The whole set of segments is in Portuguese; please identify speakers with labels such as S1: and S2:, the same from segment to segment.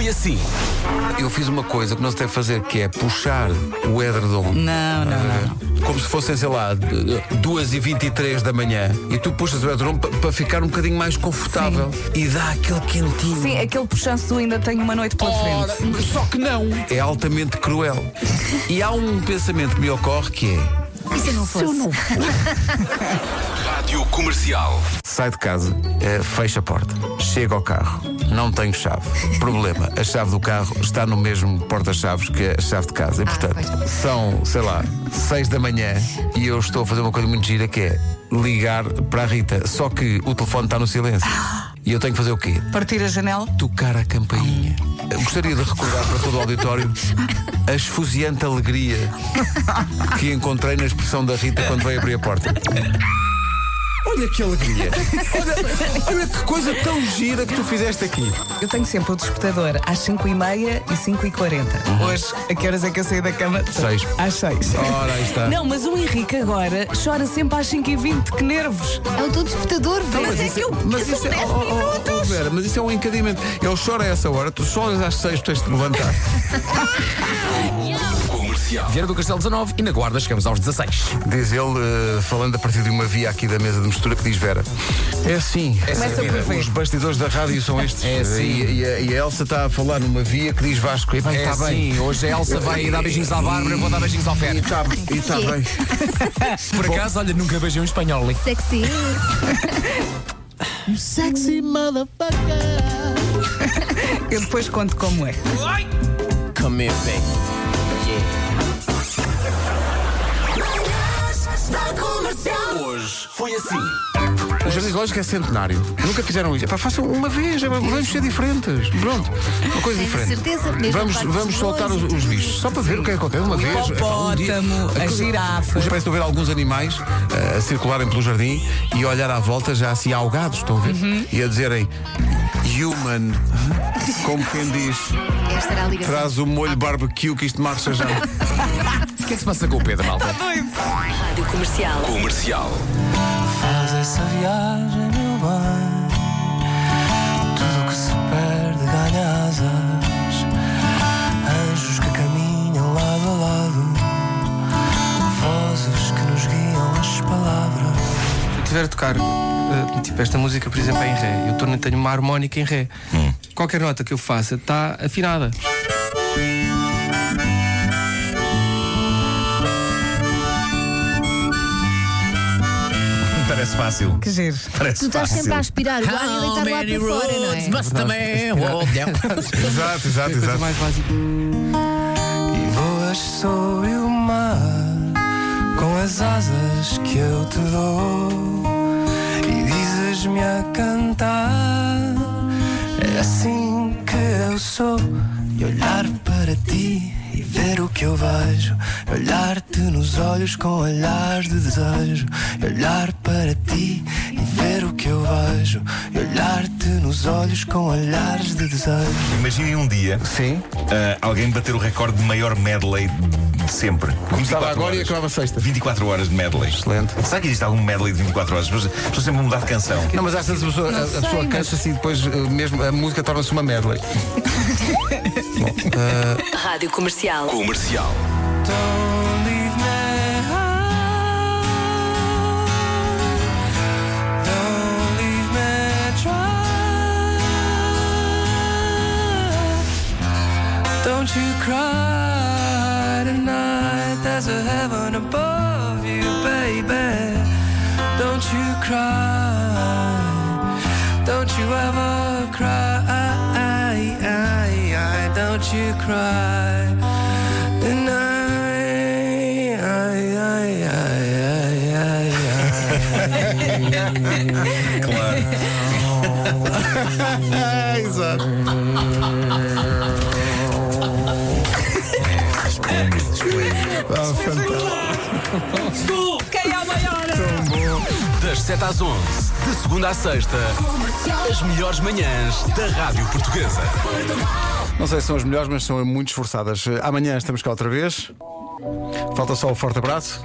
S1: E assim, eu fiz uma coisa que não se deve fazer, que é puxar o edredom.
S2: Não, não, não.
S1: eh, Como se fossem, sei lá, 2h23 da manhã e tu puxas o edredom pa- para ficar um bocadinho mais confortável e dá aquele quentinho.
S2: Sim, aquele puxanço do ainda tenho uma noite pela
S1: Ora,
S2: frente.
S1: mas só que não. É altamente cruel. E há um pensamento que me ocorre que é.
S2: E se eu não fosse?
S3: Rádio Comercial.
S1: Sai de casa, eh, fecha a porta, chega ao carro, não tenho chave. Problema, a chave do carro está no mesmo porta-chaves que a chave de casa. E portanto, são, sei lá, 6 da manhã e eu estou a fazer uma coisa muito gira que é ligar para a Rita. Só que o telefone está no silêncio. E eu tenho que fazer o quê?
S2: Partir a janela?
S1: tocar a campainha. Eu gostaria de recordar para todo o auditório a esfuziante alegria que encontrei na expressão da Rita quando veio abrir a porta. Olha que alegria! Olha, olha que coisa tão gira que tu fizeste aqui.
S2: Eu tenho sempre o despertador às 5h30 e 5h40. Hoje, a que horas é que eu saí da cama?
S1: Uhum. Seis.
S2: Às 6.
S1: Ora, aí está.
S2: Não, mas o Henrique agora chora sempre às 5h20. Que nervos!
S4: É o teu despertador, vê.
S2: Mas é que eu-
S1: Então, Mas
S2: são
S1: isso, é,
S2: dez
S1: oh, oh, oh,
S2: minutos.
S1: Vera, mas isso é um encadimento. Ele chora a essa hora, tu choras às seis, tens de te levantar.
S3: Comercial.
S5: Vieira do Castelo 19 e na Guarda chegamos aos 16.
S1: Diz ele, eh, falando a partir de uma via aqui da mesa de mistura, que diz Vera. É assim.
S2: Começa por ver.
S1: Os bastidores da rádio são estes.
S5: É, sim.
S1: E, e a, e a Elsa está a falar numa via que diz Vasco. E,
S6: tá
S5: É
S1: está bem.
S5: sim, hoje a Elsa vai dar beijinhos à Bárbara, eu vou dar beijinhos ao
S1: E
S5: Fer.
S1: está e está bem.
S5: Por acaso, olha, nunca beijei um espanhol. hein?
S4: Sexy.
S2: Eu depois conto como é.
S3: Hoje foi assim.
S1: O Jardim Lógico é centenário. Nunca fizeram isso. Epá, façam uma vez. é pá, Vamos ser diferentes. Pronto. Uma coisa
S4: Tenho
S1: diferente.
S4: certeza, mesmo
S1: vamos
S4: parte
S1: vamos
S4: dos
S1: soltar os,
S4: dois e
S1: os
S4: tudo
S1: bichos.
S4: isso.
S1: Só para ver o que é que acontece. Uma vez. epá, um dia.
S2: hipopótamo, a girafa.
S1: Já parece que estou a ver alguns animais eh, a circularem pelo jardim e a olhar à volta já assim algados, estão a ver?
S2: Uhum.
S1: E a dizerem human, como quem diz.
S4: Esta era a ligação.
S1: Traz o molho barbecue que isto marcha já.
S5: O que é que se passa com o Pedro,
S4: Tá
S5: malta?
S7: Rádio Comercial.
S3: Comercial.
S8: Faz essa viagem, meu bem. Tudo que se perde, ganha asas. Anjos que caminham lado a lado. Vozes que nos guiam as palavras. Se eu tiver a tocar, eh, tipo, esta música, por exemplo, é em Ré. Eu torno, tenho uma harmónica em Ré. Qualquer nota que eu faça está afinada.
S6: Parece fácil.
S2: Que giro.
S6: Parece
S4: Tu estás
S6: fácil.
S4: sempre a aspirar o ar e a deitar lá para fora, não é?
S5: must também
S1: exato, exato, exato.
S8: mais básica. E voas sobre o mar com as asas que eu te dou. E dizes-me a cantar. É assim que eu sou. E olhar para ti e ver o que eu vejo. E Olhar-te nos olhos com olhares de desejo. E olhar para ti e ver o que eu vejo. E olhar-te nos olhos com olhares de desejo.
S6: Imaginem um dia
S1: Sim.
S6: ah, alguém bater o recorde de maior medley de sempre.
S1: Começava
S6: 24
S1: agora e
S6: horas.
S1: acabava sexta.
S6: 24 horas de medley.
S1: Excelente.
S6: Será que existe algum medley de 24 horas? As pessoas- as pessoas sempre vão mudar de canção.
S1: Não, mas às vezes a pessoa, a, a
S2: sei,
S1: pessoa
S2: mas-
S1: cansa-se e depois eh, mesmo a música torna-se uma medley.
S7: Rádio Comercial.
S3: Comercial.
S8: Don't leave me high. Don't leave me dry. Don't you cry tonight. There's a heaven above you, baby. Don't you cry. Don't you ever cry. Don't you cry. And I, I, I, I, I, I, I.
S6: Claro.
S1: Ah, Exato. Ah, fantástico.
S2: Quem é o maior?
S3: Das 7 às 11, de segunda à sexta, as melhores manhãs da Rádio Portuguesa.
S1: Não sei se são as melhores, mas são muito esforçadas. Eh, Amanhã estamos cá outra vez. Falta só o forte abraço.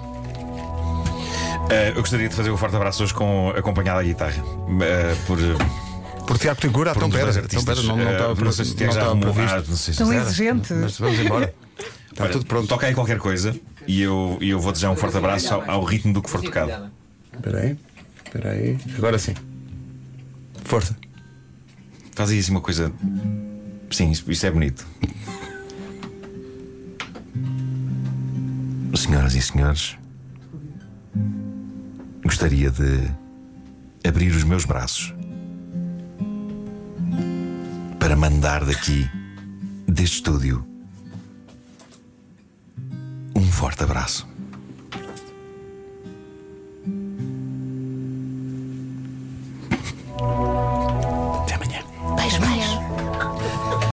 S6: Ah, eu gostaria de fazer um forte abraço hoje com acompanhada à guitarra. Ah, por. ah,
S1: Por Tiago Tincura, então
S6: um dos
S1: pera,
S6: dois
S1: então pera,
S6: artistas.
S1: não, não
S6: Eh,
S1: estava
S6: não sei se
S1: previsto. Não
S6: Tiago já
S1: estava
S6: arrumou-
S1: previsto.
S6: Ah, não sei se
S2: Tão
S6: era.
S2: exigente.
S1: Mas vamos embora. Está
S6: Olha,
S1: tudo pronto.
S6: Toca aí qualquer coisa e eu, e eu vou desejar um forte abraço ao, ao ritmo do que for tocado.
S1: Espera aí, espera aí. Agora sim. Força.
S6: Faz aí assim uma coisa. Sim, isso, isso é bonito. Senhoras e senhores, gostaria de abrir os meus braços para mandar daqui, deste estúdio, um forte abraço.